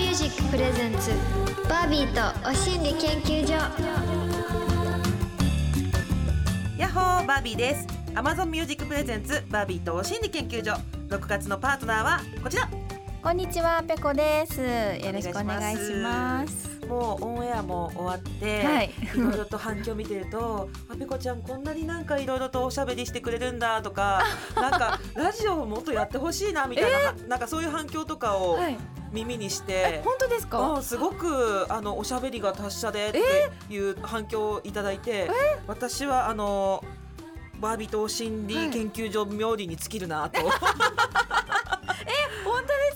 ゼンツバービーとお心理研究所ヤッホーバービーです Amazon Music Presents バービーとお心理研究所6月のパートナーはこちらこんにちは、ぺこです。よろしくお願いします。もうオンエアも終わって、はいい、ろいろと反響見てると 「あペコちゃんこんなになんかいろいろとおしゃべりしてくれるんだ」と か「なんかラジオをもっとやってほしいな」みたいな、なんかそういう反響とかをはい。耳にしえて、本当ですかあ。すごくあのおしゃべりが達者でっていう反響をいただいて、私はあのバービーと心理研究所冥利に尽きるなと、本当で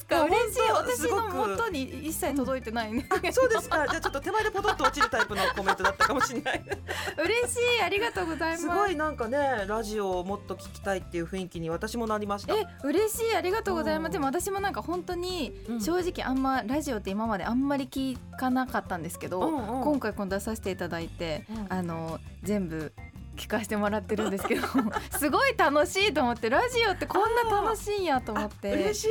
すか。あ嬉しい。本私当のすごく元に一切届いて ないね。 そうですかじゃあちょっと手前でポトッと落ちるタイプのコメントだったかもしれない嬉しい。ありがとうございます。すごいなんかねラジオをもっと聞きたいっていう雰囲気に私もなりましたえ、嬉しい。ありがとうございまうんす。でも私もなんか本当にうん正直あんまラジオって今まであんまり聞かなかったんですけど、うんうん今回この出させていただいて、うんあの全部。聞かせてもらってるんです けどすごい楽しいと思ってラジオってこんな楽しいんやと思って嬉しい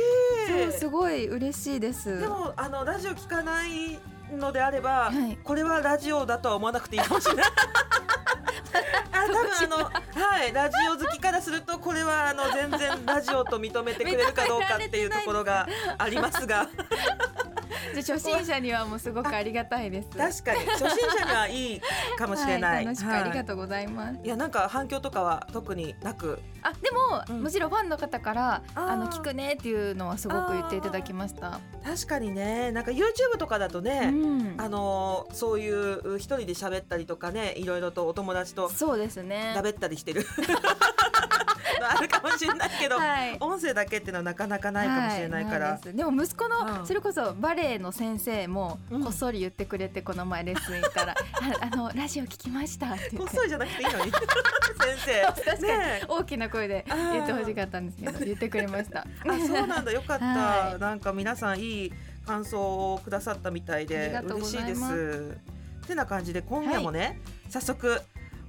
そうすごい嬉しいですでもあのラジオ聞かないのであれば、はいこれはラジオだとは思わなくていいかもし れない。あ多分あのはいラジオ好きからするとこれはあの全然ラジオと認めてくれるかどうかっていうところがあり ますがじゃあ初心者にはもうすごくありがたいです。確かに初心者にはいいかもしれない。はい、楽しくはいありがとうございます。いやなんか反響とかは特になく、あでも、うんむしろファンの方からあーあの聞くねっていうのはすごく言っていただきました。確かにねなんか YouTube とかだとうね、ん、あのそういう一人で喋ったりとかねいろいろとお友達とそうですね。だべったりして るのあるかもしれないけど、はい。音声だけっていうのはなかなかないかもしれないから、はですでも息子の、うんそれこそバレエの先生もうんこっそり言ってくれてこの前レッスン行った ら「ああのラジオ聞きました」って言こっってそりじゃなくていい のに先生確かにねえ大きな声で言ってほしかったんですけ ど言ってくれました。あそうなんだよかった、はいなんか皆さんいい感想をくださったみたいありでがとう嬉ごしざいいでますすてな感じで今夜もね、早速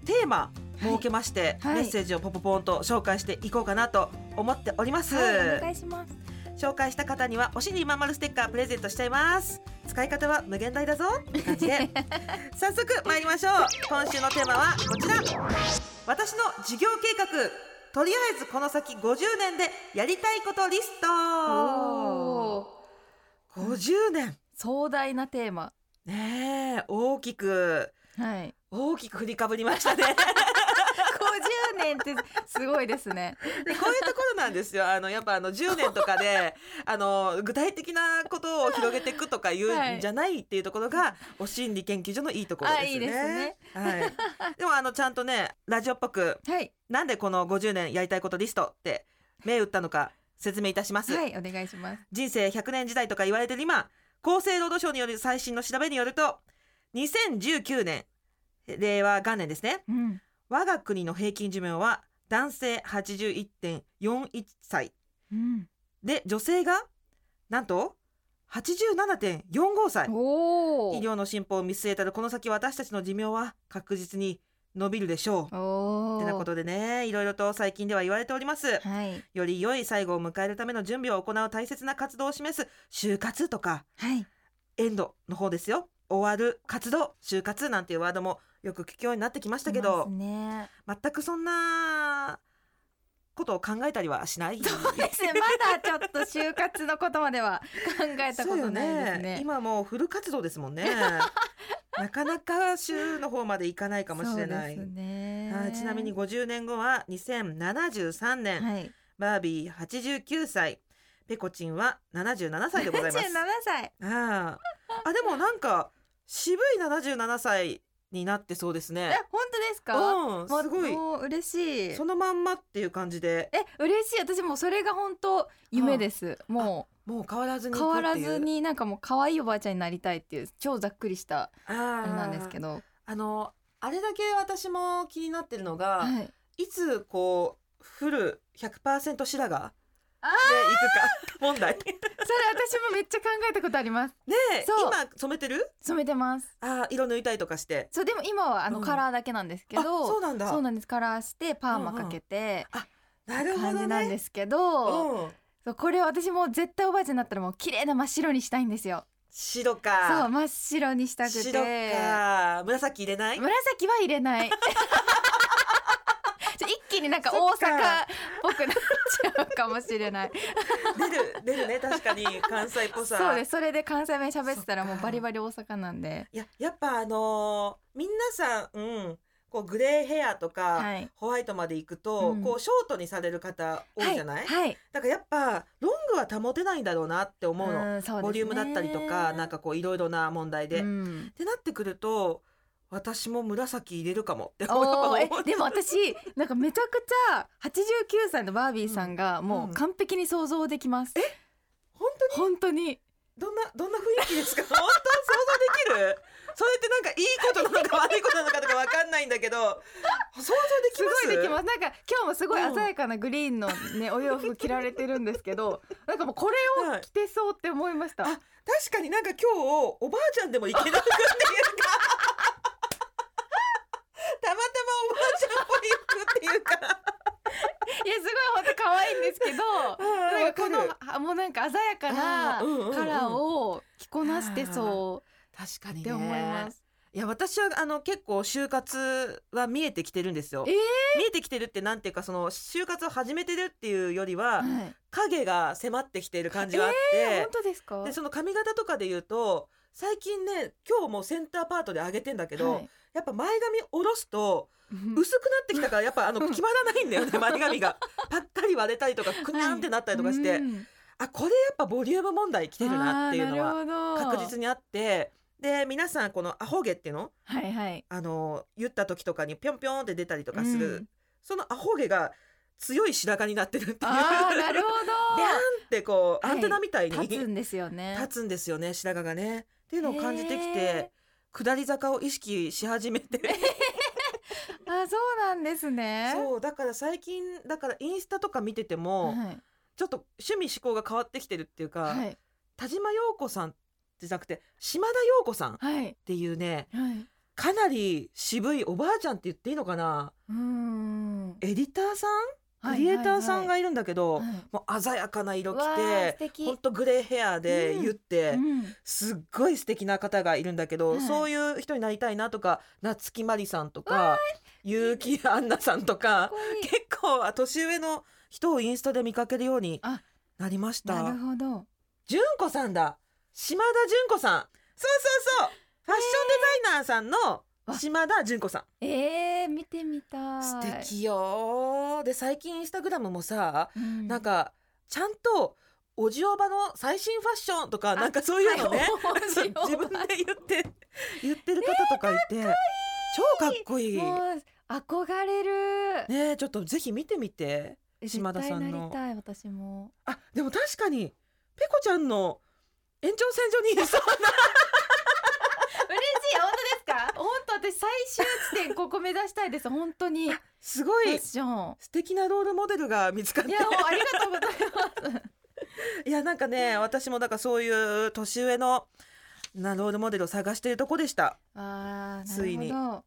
テーマ設けまして、はいメッセージをポポポンと紹介していこうかなと思っております、はい、お願いします。紹介した方にはおしにまんまるステッカープレゼントしちゃいます使い方は無限大だぞって感 じで早速参りましょう今週のテーマはこちら私の事業計画とりあえずこの先50年でやりたいことリスおトー50年壮大なテーマ。ねえ大きくはい。大きく振りかぶりましたね50年ってすごいですね。でこういうところなんですよあのやっぱあの10年とか であの具体的なことを広げていくとかいうんじゃないっていうところがお心理研究所のいいところですね。あいいですねはい、でもあのちゃんとねラジオっぽくはい。なんでこの50年やりたいことリストって銘打ったのか説明いたします。はい、お願いします。人生100年時代とか言われてる今厚生労働省による最新の調べによると2019年令和元年ですねうん。我が国の平均寿命は男性81.41歳うん。で女性がなんと87.45歳おお。医療の進歩を見据えたらこの先私たちの寿命は確実に伸びるでしょう。おお。ってなことでねいろいろと最近では言われております。はい。より良い最後を迎えるための準備を行う大切な活動を示す就活とかはい。エンドの方ですよ終わる活動就活なんていうワードもよく聞くようになってきましたけどいますね。全くそんなことを考えたりはしない。そうですね。まだちょっと就活のことまでは考えたことないですそうよね。今もうフル活動です もんねなかなか週の方までいかないかもしれない、そうですね。あーちなみに。50年後は2073年、はい。バービー89歳ペコチンは77歳でご ざいます77歳。あーあでもなんか渋い77歳になってそうですえね、本当ですか。うんもうすごいもう嬉しい。そのまんまっていう感じでえ、嬉しい。私もうそれが本当夢です。もう。もう変わらずにいく変っていわうらずになんかもう可愛いおばあちゃんになりたいっていう超ざっくりしたああーれなんですけどあのあれだけ私も気になってるのが、はいいつこうフル100%白髪あーでいくか 問題ねそれ私もめっちゃ考えたことありますえそう今染めてる染めてますあー色抜いたりとかしてそうでも今はあのうんカラーだけなんですけあど、そうなんだそうなんですカラーしてパーマかけて、なるほ感どじなんねですけど、うんそうこれ私もう絶対おばあちゃんになったらもう綺麗な真っ白にしたいんですよ白そうか真っ白にしたくて白か紫入 れない紫は入れない ちょ一気になんか大そっ阪かっぽくなっちゃうかもしれ ない出る出るね確かに関西っぽさそうですそれで関西弁喋ってたらそっもかうバリバリ大阪なんでいややっぱあのーみんなさん、うん、こうグレーヘアとか、はいホワイトまで行くと、うんこうショートにされる方多いじゃない、はい、だからやっぱロングは保てないんだろうなって思うの、んそボリュームだったりとかなんかかこういろいろな問題うで、っ んてなってくると私も紫入れるかもって思うおーえ思 うでも私なんかめちゃくちゃ89歳のバービーさんがもう完璧に想像できます、本当に本当にどんなどんな雰囲気ですか本当想像できるそれってなんかいいことなのか悪いことなのかとかわかんないんだけど想像できすますごいできますすなんか今日もすごいうん鮮やかなグリーンのねお洋服着られてるんですけ どなんかもうこれはをい着てそうって思いました、あ確かになんか今日おばあちゃんでもいけなくっていうかたまたまおばあちゃんっぽい服っていうかいやすごい本当可愛いんですけど なんかこわかのあもうなんか鮮やかなあーうんうんうんカラーを着こなしてそ確かうにって思います、いや私はあの結構就活は見えてきてるんですよ、えー見えてきてるってなんていうかその就活を始めてるっていうよりはは、い影が迫ってきている感じがあって、本当ですかでその髪型とかで言うと最近ね今日もセンターパートで上げてんだけど、はいやっぱ前髪下ろすと薄くなってきたからやっぱあのうん決まらないんだよね前 髪がパッタリ割れたりとかくにゃんってなったりとかして、うんあこれやっぱボリューム問題来てるなっていうのはあーなるほど確実にあってで皆さんこのアホ毛っていうのはい はいあの言った時とかにぴょんぴょんって出たりとかする、うんそのアホ毛が強い白髪になってるっていうあーなるほビャーンってこうはアいンテナみたいに、ど立つんですよね立つんですよね白髪がねっていうのを感じてきてへ下り坂を意識し始めてあそうなんですねそうだから最近だからインスタとか見てても、はいちょっと趣味思考が変わってきてるっていうか、はい田島陽子さんじゃなくて島田陽子さんっはいていうねはいかなり渋いおばあちゃんって言っていいのかなうーんエディターさんはクいリエイターさんがはいるんだけど、はいもう鮮やかな色着わー素て敵ほんとグレーヘアで言って、うんすっごい素敵な方がいるんだけど、はいそういう人になりたいなとか夏木マリさんとか結城アンナさんとかかっこいい結構年上の人をインスタで見かけるようにあなりましなたる。ほど純子さんだ島田純子さんそうそうそうファッションデザイナーさんのわ島田純子さん、えー、見てみたい素敵よーで最近インスタグラムもさ、うんなんかちゃんとおじおばの最新ファッションとかなんか そういうのね、はいそう自分で言って言ってる方とかいて、超かっこいい。もう憧れる、ねえちょっとぜひ見てみて。え島田さんの絶対なりたい私もあでも確かにペコちゃんの延長線上にいそう嬉しい本当ですか 本当私最終地点ここ目指したいです本当にフな すごァいッション素敵なロールモデルが見つかっていいややもうありがとうございます なんかね私もなんかそういう年上のなロールモデルを探しているとこでした。あーついになるほは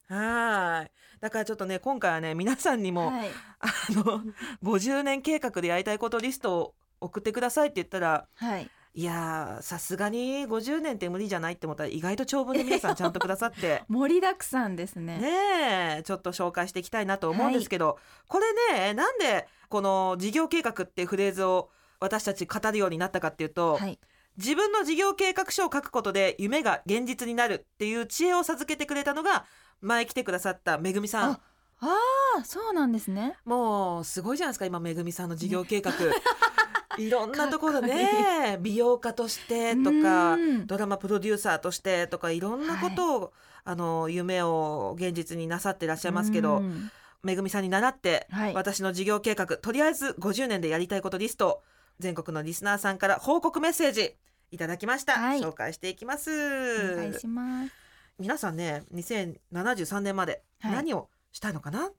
ーいだからちょっとね今回はね皆さんにども、はいあの50年計画でやりたいことリストを送ってくださいって言ったらはいいやーさすがに50年って無理じゃないって思ったら意外と長文で皆さんちゃんとくださって盛りだくさんですねねえちょっと紹介していきたいなと思うんですけど、これねなんでこの事業計画っていうフレーズを私たち語るようになったかっていうと、はい自分の事業計画書を書くことで夢が現実になるっていう知恵を授けてくれたのが前来てくださっためぐみさんあああそうなんですねもうすごいじゃないですか今めぐみさんの事業 計画、いろんなところでね美容家としてとかうんドラマプロデューサーとしてとかいろんなことを、あの夢を現実になさってらっしゃいますけど、うんめぐみさんに習って、はい私の事業計画とりあえず50年でやりたいことリスト全国のリスナーさんから報告メッセージいただきました、はい紹介していきますお願いします皆さんね2073年まではい何をしたいのかな、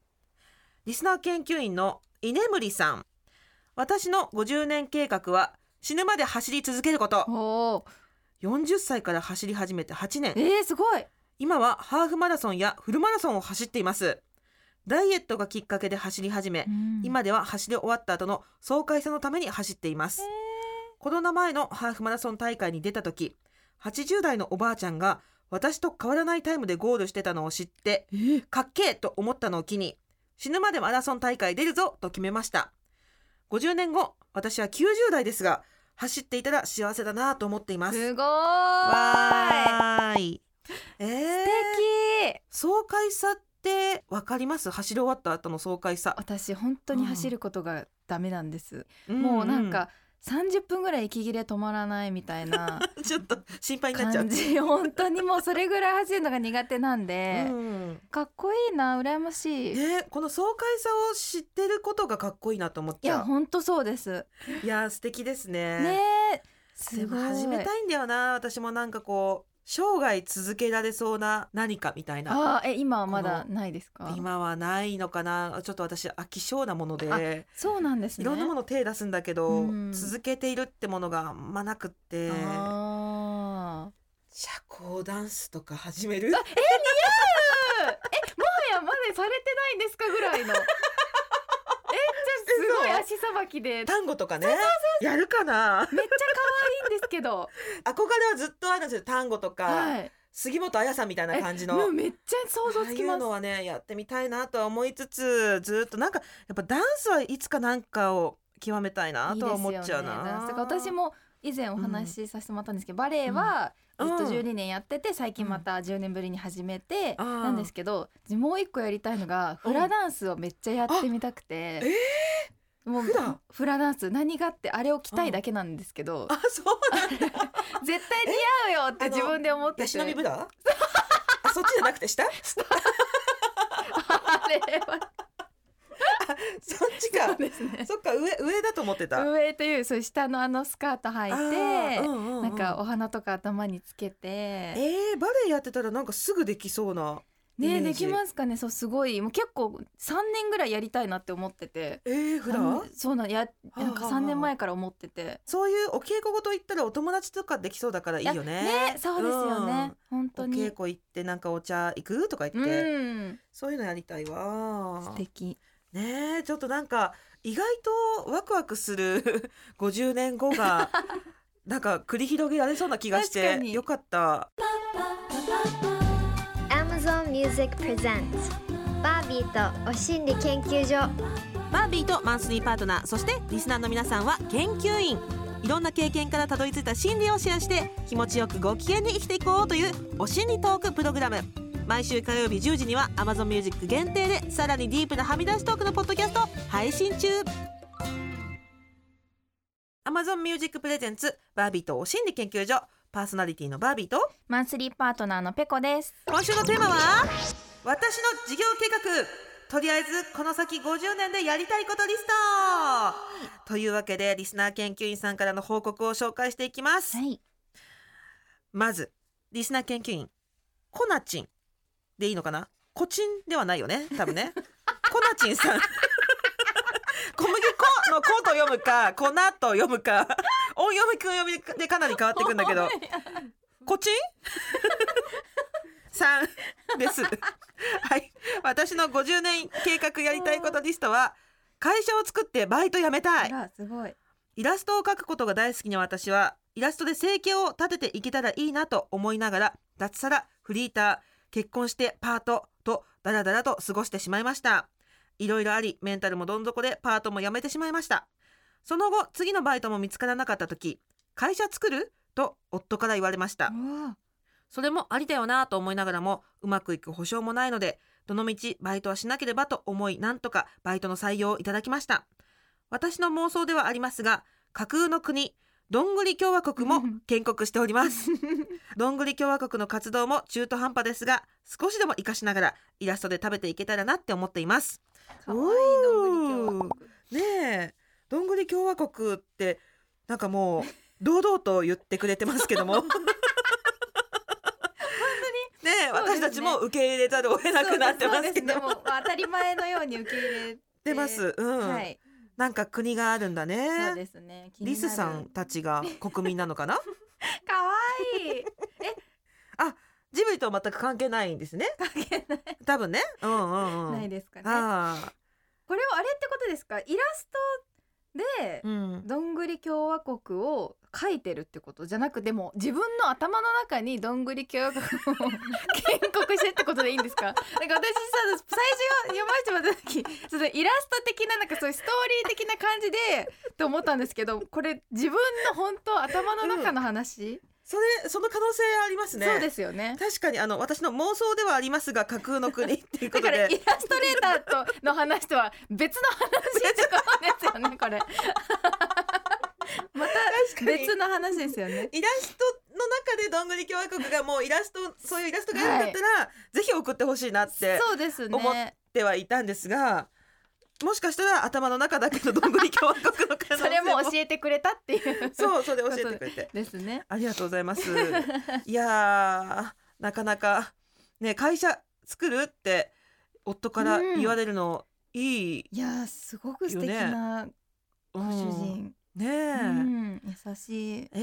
リスナー研究員の居眠りさん私の50年計画は死ぬまで走り続けることおお40歳から走り始めて8年えー、すごい今はハーフマラソンやフルマラソンを走っていますダイエットがきっかけで走り始め、うん今では走り終わった後の爽快さのために走っています、コロナ前のハーフマラソン大会に出た時80代のおばあちゃんが私と変わらないタイムでゴールしてたのを知ってえかっけえと思ったのを機に死ぬまでマラソン大会出るぞと決めました50年後私は90代ですが走っていたら幸せだなと思っていますすごーいわーいえー、素敵爽快さってわかります走り終わった後の爽快さ、私本当に走ることがダメなんです、んもうなんか30分ぐらい息切れ止まらないみたい なうんちょっと心配になっちゃう感じ本当にもうそれぐらい走るのが苦手なんで、うんかっこいいな羨ましい、いね、この爽快さを知ってることがかっこいいなと思っちやゃ本当そうですういや素敵ですねねえすでごもい始めたいんだよな私もなんかこう生涯続けられそうな何かみたいなあーえ今はまだないですか今はないのかなちょっと私飽き性なものでそうなんですねいろんなものの手出すんだけど、うん続けているってものがあんまなくってあ社交ダンスとか始めるーうんえもはやまだされてないんですかぐ らいのえじゃあすごい足さばきでめっちゃ単語とかねやるかな 可愛いんですけど憧れはずっとあるんですよ単語とか、はい杉本彩さんみたいな感じのもうめっちゃ想像つきああいまうすのはねやってみたいなとは思いつつずっとなんかやっぱダンスはいつかなんかを極めたいないいとですよは思っねちゃうな。ダンスとか私も以前お話しさせてもらったんですけど、バレエはずっとうん12年やってて最近また10年ぶりに始めてあーなんですけどもう一個やりたいのがフラダンスをめっちゃやってみたくて、もうフラフラダンス何がってあれを着たいだけなんですけどあそうなんだ。 絶対似合うよって自分で思ってヤシての実 ブラ？あそっちじゃなくて下？そっあれはちか。そうですね そっか上上だと思ってた。上というそういう下のあのスカートあ履いーて、うんうんうんなんかお花とか頭につけてえー、バレエやってたらなんかすぐできそうな。イメねージできますかねそうすごいもう結構三年ぐらいやりたいなって思っててえー、普段三？そうなんやあはなあんか三年前から思っててそういうお稽古ごと行ったらお友達とかできそうだからいいよね。ねそうですよね、本うん。当お稽に古行ってなんかお茶行くとか言うって、んそういうのやりたいわ。素敵ねえちょっとなんか意外とワクワクする 50年後 がなんか繰り広げられそうな気がし確てかによかった。 Amazon Music Presents バービーとお心理研究所バービーとマンスリーパートナーそしてリスナーの皆さんは研究員いろんな経験からたどり着いた心理をシェアして気持ちよくご機嫌に生きていこうというお心理トークプログラム毎週火曜日10時には Amazon Music 限定でさらにディープなはみ出しトークのポッドキャストを配信中 Amazon Music プレゼンツバービーとお心理研究所パーソナリティのバービーとマンスリーパートナーのペコです今週のテーマは私の事業計画とりあえずこの先50年でやりたいことリストというわけでリスナー研究員さんからの報告を紹介していきます、はいまずリスナー研究員コナチンでいいのかなコチンではないよね多分ね コナチンさん小麦粉の「粉」と読むか「粉」と読むか音読み訓読みでかなり変わってくんだけどコチン さん です。はい。私の50年計画やりたいことリストは、会社を作ってバイト辞めたあい。らすごいイラストを描くことが大好きな私は、イラストで生計を立てていけたらいいなと思いながら、脱サラ、フリーター、結婚してパートとダラダラと過ごしてしまいました。いろいろあり、メンタルもどん底でパートも辞めてしまいました。その後、次のバイトも見つからなかった時、会社作ると夫から言われました。うわそれもありだよなと思いながらもうまくいく保証もないのでどのみちバイトはしなければと思いなんとかバイトの採用をいただきました私の妄想ではありますが架空の国どんぐり共和国も建国しております どんぐり共和国の活動も中途半端ですが少しでも活かしながらイラストで食べていけたらなって思っています可愛いどんぐり共ねえどんぐり共和国ってなんかもう堂々と言ってくれてますけど も本当にそうですねえね私たちも受け入れざるを得な和く国なってますけどそうですそうですねもう当たり前のように受け入れて出ます、うん、はいなんか国があるんだそうねですね気になリるスさんたちが国民なのか な可愛いジブリとは全く関係ないんですね関係ない多分ねうんうんうんないですかねああこれはあれってことですかイラストで、うん。どんぐり共和国を書いてるってことじゃなくでも自分の頭の中にどんぐり共和国を建国してってことでいいんですか なんか私さ最初読ませてもらった時ちょっとイラスト的ななんかそういうストーリー的な感じでと思ったんですけどこれ自分の本当頭の中の話、それその可能性ありますね。そうですよね確かにあの私の妄想ではありますが架空の国っていうこだとかで。らイラストレーターとの話とは別の話ってことですよねこ れまた確かに別の話ですよねイラストの中でどんぐり共和国がもうイラストそういうイラストがあるんだったら、ぜひ送ってほしいなってそうです思っね。ではいたんですがもしかしたら頭の中だけのどんぐり共和国の可能性もそれも教えてくれたっていう。そうそれで教えてくれてですね。ありがとうございますいやーなかなかね会社作るって夫から言われるの、いい、いやーすごく素敵なうごん主人。ねえ、うん、優しい。え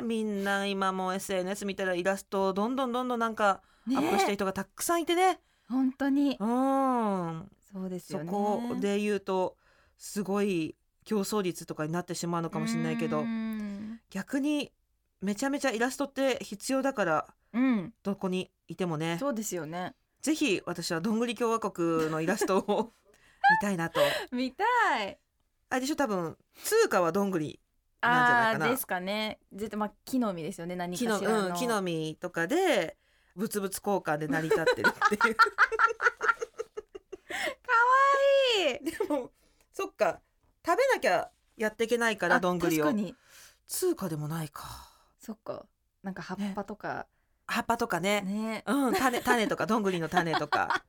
ーみんな今もう SNS 見たらイラストをどんどんどんどんなんかねアップしてる人がたくさんいてね本当にうんそうですそよね。こで言うとすごい競争率とかになってしまうのかもしれないけうどん。逆にめちゃめちゃイラストって必要だからうん、どこにいてもねそうですよね。ぜひ私はどんぐり共和国のイラストを見たいなと 見たい。あれでしょ多分通貨はどんぐりなんじゃないあかあーなですかね。絶対まあ木の実ですよね。何か木しらの,、の。うん、木の実とかで物々交換で成り立ってるって いういいでもそっか食べなきゃやっていけないからあどんぐりを確かに。通貨でもないかそっか。なんか葉っぱとか葉っぱとかねね。うん、種、種とか、どんぐりの種と か。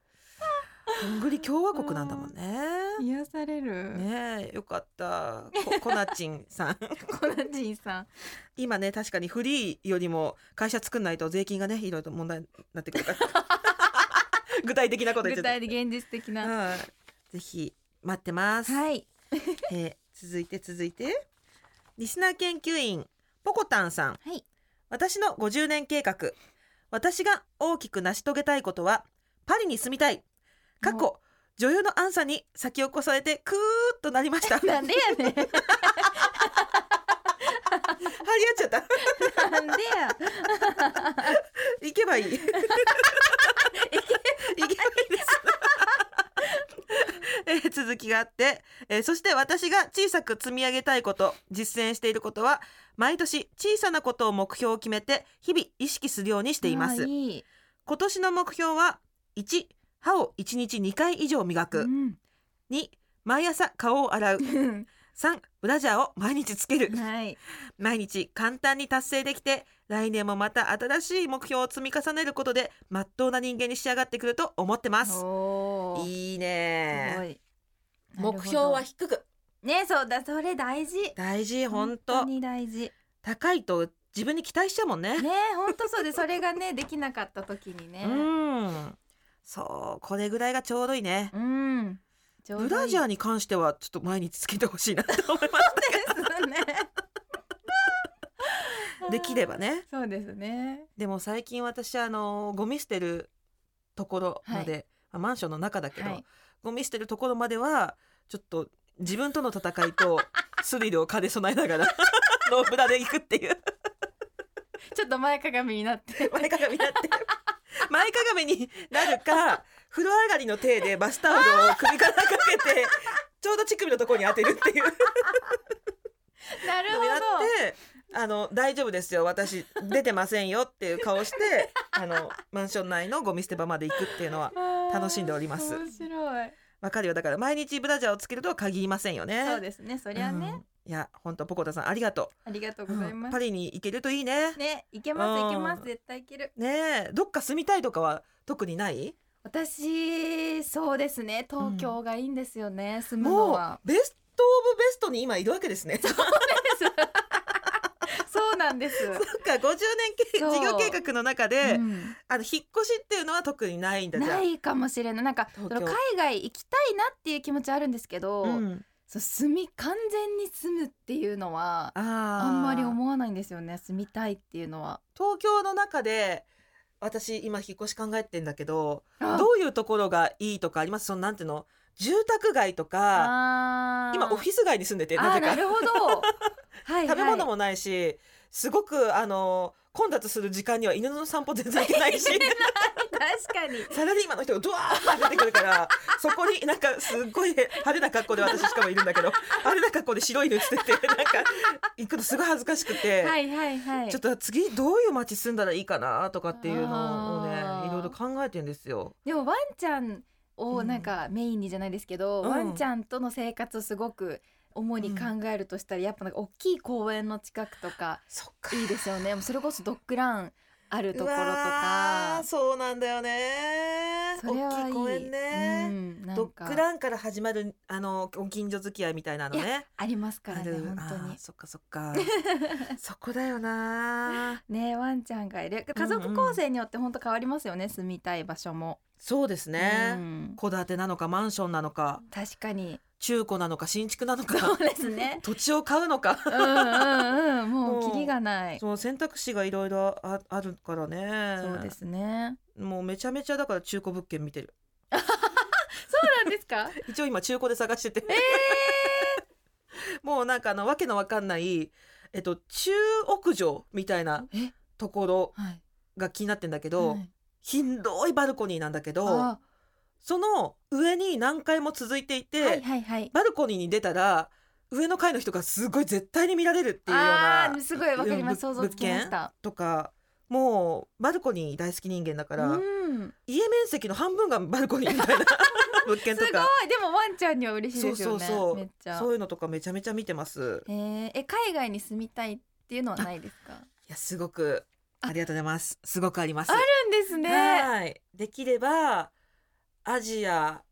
どんぐり共和国なんだもんね。癒される。ねえ、よかった。こ、コナチンさん。 コナジンさん。今ね、確かにフリーよりも、会社作んないと税金がね、いろいろと問題になって くるから。具体的なこと言っち具ゃった体的現実的な。うんぜひ、待ってます。はい。えー続いて、続いて。リスナー研究員、ポコタンさん。はい。私の50年計画私が大きく成し遂げたいことはパリに住みたい過去女優のアンさんに先を越されてクーッとなりました張り合 なっんでやねん。ちゃったなんでや。行けばいい 行けばいいです えー続きがあって、えーそして私が小さく積み上げたいこと実践していることは毎年小さなことを目標を決めて日々意識するようにしていまあすーいい今年の目標は1歯を1日2回以上磨うくん 2毎朝顔を洗う3ブラジャーを毎日つけるはい。毎日簡単に達成できて来年もまた新しい目標を積み重ねることで真っ当な人間に仕上がってくると思ってますおーいいすごねい。目標なはる低ほくどね、そうだ、それ大事。大事本当本に大事。高いと自分に期待しちゃうもんねね、本当そうで、それがね、 できなかった時にねう。んそうこれぐらいがちょうどいいねうん。ブラジャーに。に関してはちょっと毎日つけてほしいなと思います ですね。 できればねそうですね。でも最近私あのゴミ捨てるところまで、まあマンションの中だけど、はいゴミ捨てるところまではちょっと自分との戦 いとスリルを兼ね備えながら ノーブラで行くっていうちょっと前かがみになって。前かがみになって前かがみになるか風呂上がりの手でバスタオルを首からかけてちょうど乳首のところに当てるっていうなるほやってあの大丈夫ですよ私出てませんよっていう顔してあのマンション内のゴミ捨て場まで行くっていうのはど。楽しんでおりますあー面白い。わかるよだから毎日ブラジャーをつけるとは限りませんよね。そうですね、そりゃね。うんいや本当ポコタさんありがとありがとうう。ございますパ。リに行けるといいね。ねね、いけます、うんいけます、絶対いける。えどっか住みたいとかは特にない？私、そうですね、東京がいいんですよね、住むのもうは。ベストオブベストに今いるわけですね。 そっかそうなん です。 50年計そう事業計画の中で、うんあの引っ越しっていうのは特にないんだじゃ。なんいかもしれない、なんか、そ東の京海外行きたいなっていう気持ちはあるんですけど。うん、そう、住み、完全に住むっていうのはあ、あんまりう。思わないんですよね、住みたいっていうのは。東京の中で私今引っ越し考えてんだけど、あどういうところがいいとかあります？そのなんていうの住宅街とかあ今オフィィス街に住んでてななぜぜかなかるほ どはい、はい、食べ物もないしすごくあの混雑する時間には犬の散歩全然行 けないし確かにサラリーマンの人がドワーって出てくるからそこになんかすっごい派手な格好で私しかもいるんだけど派手な格好で白い犬つけてなんか行くのすごい恥ずかしくて、はいはいはいちょっと次どういう街住んだらいいかなとかっていうのをあーねいろいろ考えてんですよ。でもワンちゃんをうんなんかメインにじゃないですけど、うんワンちゃんとの生活をすごく主に考えるとしたら、やっぱなんか大きい公園の近くとかそっかいいですよね。もうそれこそドッグランあるところとうわかー。そうなんだよねそれはい大きい。い公園ね、うん、なんドかッグランから始まるあのご近所付き合いみたいなのいね。ありますからねある本当あにー。そっかそっ か。そこだよな。ねワンちゃんがいる家族構成によって本当変わりますよね、住みたい場所も。そうですうね。ん戸建てなのかマンションなのか確かに中古なのか新築なのそか。うですね土地を買うのか。うんうんうんももううキリがない。そう選択肢がいろいろああるからね。そうで。すね。もうめちゃめちゃだから中古物件見て る。そうなんですか。一応今中古で探してて、 もうなんかあのわけのわかんないえっと中屋上みたいなえところはい。が気になってんだけど、はい広いバルコニーなんだけどあその上に何階も続いていて、はいはいはい。バルコニーに出たら上の階の人がすごい絶対に見られるっていうようあなーすごいわかりますうん想像つきました。とかもうバルコニー大好き人間だから、うん。家面積の半分がバルコニーみ たいな物件すとごいかでもワンちゃんには嬉しいですよね。そうそうそうめっちゃ。そういうのとかめちゃめちゃ見てます。えーえ海外に住みたいっていうのはないですか。いやすごくあありがとうございます。すごくあります。あるんですね。はい。できればアジア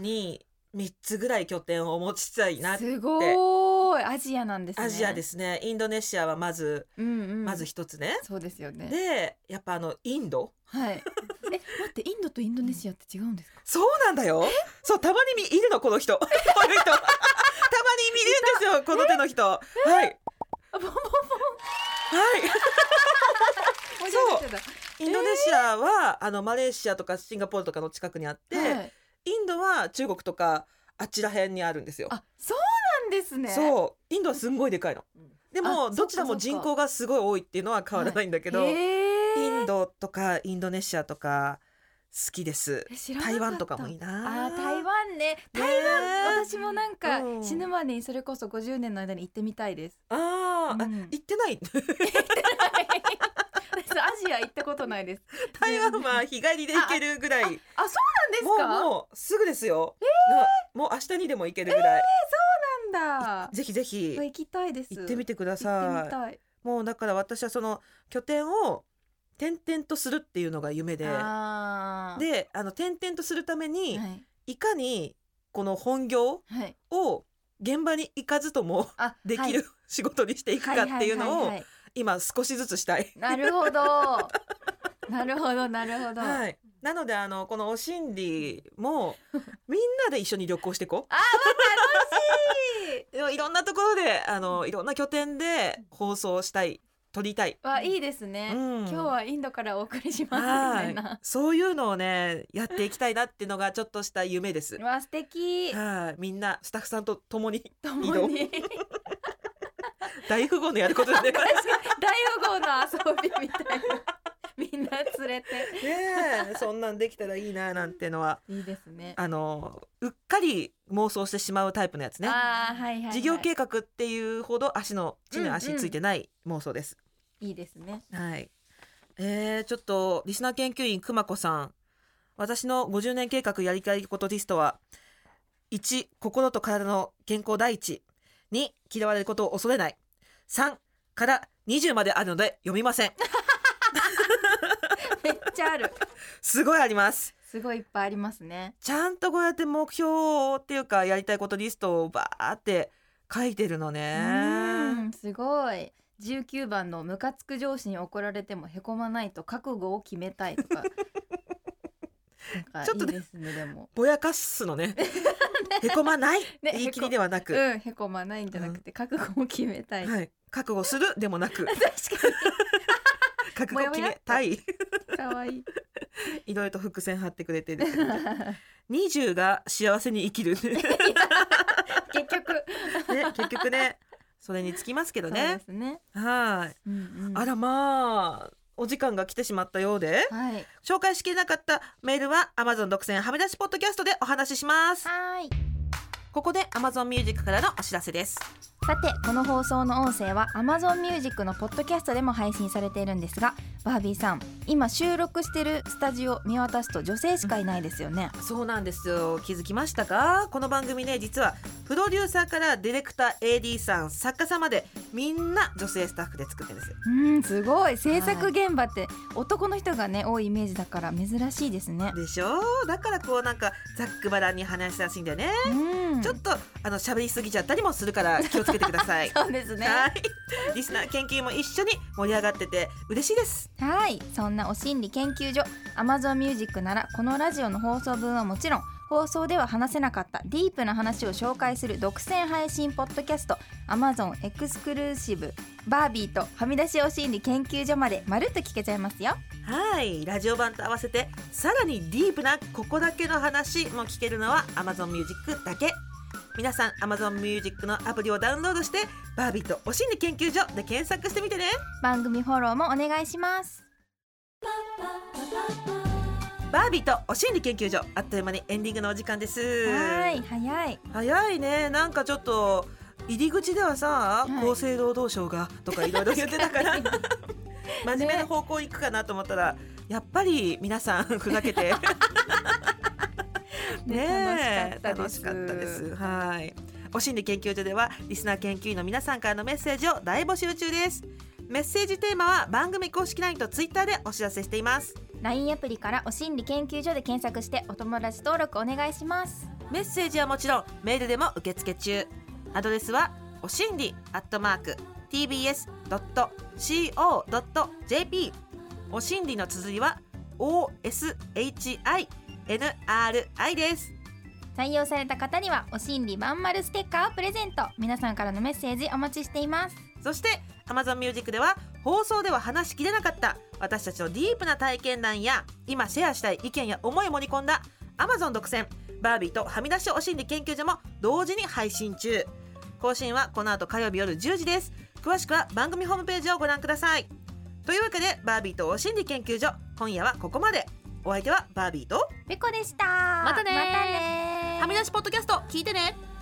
に三つぐらい拠点を持ちたいな。すごいアジアなんですね。。アジアですすね。インドネシアはまず、うんうん。まず一つね。そうですよね。でやっぱあのインド はい。え待ってインドとインドネシアって違うんですか。そうなんだよそうたまに見いるのこの人この人たまに見るんですよこの手の人はいはいあボンボンボン。面そう白い人だインドネシアは、あのマレーシアとかシンガポールとかの近くにあって、はいインドは中国とかあっちら辺にあるんですよ、あそうなんですね。そうインドはすんごいでかいのであそっもかどちらも人口がすごい多いっていうのは変わらないんだけど、へーインドとかインドネシアとか好きですえ知らな台湾とかもいいいなあー台湾ね台ね湾え私もなんかうん死ぬまでにそれこそ50年の間に行ってみたい ですあー、あうん行ってない私アジア行ったことないです 台湾は日帰りで行けるぐらいあそうなんですかもうもうすぐですよ、もう明日にでも行けるぐらい、なんだぜひぜひ行きたいです行ってみてくだ行ってさみいたいもうだから私はその拠点を転々とするっていうのが夢であーであの転々とするために、はいいかにこの本業はいを現場に行かずともあで きる仕事にしていくはいかっていうのはをははい今少しずつしたい。なるほどなるほどなるほどあはい、なのであのこのお心理もみんなで一緒に旅行していこうでも いろんなところであのいろんな拠点で放送したい撮りたい、はいいですねうん今日は インドからお送りしますみはたいいなそういうのをねやっていきたいなっていうのがちょっとした 夢です。わ素敵はい、みんなスタッフさんと共に移共動に大富豪のやることでねね 大富豪の遊びみたいなみんな連れてえそんなんできたらいいななんてのはいいですねあのうっかり妄想してしまうタイプのやつね。あーはいはい、はい、事業計画っていうほど足の地に足ついてない妄想です。いいですねはい。えー、ちょっとリスナー研究員くまこさん、私の50年計画やりたいことリストは1心と体の健康第一2嫌われることを恐れない3から20まであるので読みません。めっちゃあるすごいあります。すごいいっぱいありますねちゃんとこうやって目標っていうかやりたいことリストをバーって書いてるのうね。んすごい19番のムカつく上司に怒られてもへこまないと覚悟を決めたいとかなんちかょっといいでねすねでもぼやかす のね。へこまない、ね言い切りではなく、うんへこまないんじゃなくて覚悟を決めたい、はい、覚 悟するでもなく、確か覚もや悟もや決めたい。 に可愛いいろいろと伏線張ってくれてるけ ど20が幸せに生きるね結局結局ねそれにつきますけどそうでねすね。はいうんうんあらまあお時間が来てしまったようではい。紹介しきれなかったメールは Amazon 独占はみ出しポッドキャストでお話ししますはい。ここで Amazon ミュージックからのお知らせですさてこの放送の音声は Amazon Music のポッドキャストでも配信されているんですがバービーさん今収録してるスタジオ見渡すと女性しかいないですよねそうなんですよ気づきましたかこの番組ね実はプロデューサーからディレクター AD さん作家さんまでみんな女性スタッフで作ってるんですうんすごい制作現場って男の人がね多いイメージだから珍しいですねでしょだからこうなんかざっくばらんに話しやすいんだよね、うんちょっとあの喋りすぎちゃったりもするから気をつけてくだ さいそうですねはいリスナー研究員も一緒に盛り上がってて嬉しいですはいそんなお心理研究所 Amazon Music ならこのラジオの放送分はもちろん放送では話せなかったディープな話を紹介する独占配信ポッドキャスト Amazon エクスクルーシブバービーとはみ出しお心理研究所までまるっと聞けちゃいますよはいラジオ版と合わせてさらにディープなここだけの話も聞けるのは Amazon Music だけ皆さん Amazon Music のアプリをダウンロードして「バービーとお心理研究所」で検索してみてね番組フォローもお願いしますバービーとお心理研究所あっという間にエンディングのお時間ですはい早い早いねなんかちょっと入り口でははさ、い厚生労働省がとかいろいろ言って たから真面目な方向行くかなと思ったら、やっぱり皆さ んふざけてねえ楽楽ししかかっったたでですすはいお心理研究所ではリスナー研究員の皆さんからのメッセージを大募集中ですメッセージテーマは番組公式 LINE と Twitter でお知らせしています LINE アプリからお心理研究所で検索してお友達登録お願いしますメッセージはもちろんメールでも受付中アドレスはおしんりアットマーク tbs.co.jp おしんりの綴りは oshinri です採用された方にはお心理まんまるステッカーをプレゼント皆さんからのメッセージお待ちしていますそして Amazon Music では放送では話しきれなかった私たちのディープな体験談や今シェアしたい意見や思いを盛り込んだ Amazon 独占バービーとはみ出しお心理研究所も同時に配信中更新はこの後火曜日夜10時です詳しくは番組ホームページをご覧くださいというわけでバービーとお心理研究所今夜はここまでお相手はバービーとペコでしたまたねーまたねーはみ出しポッドキャスト聞いてね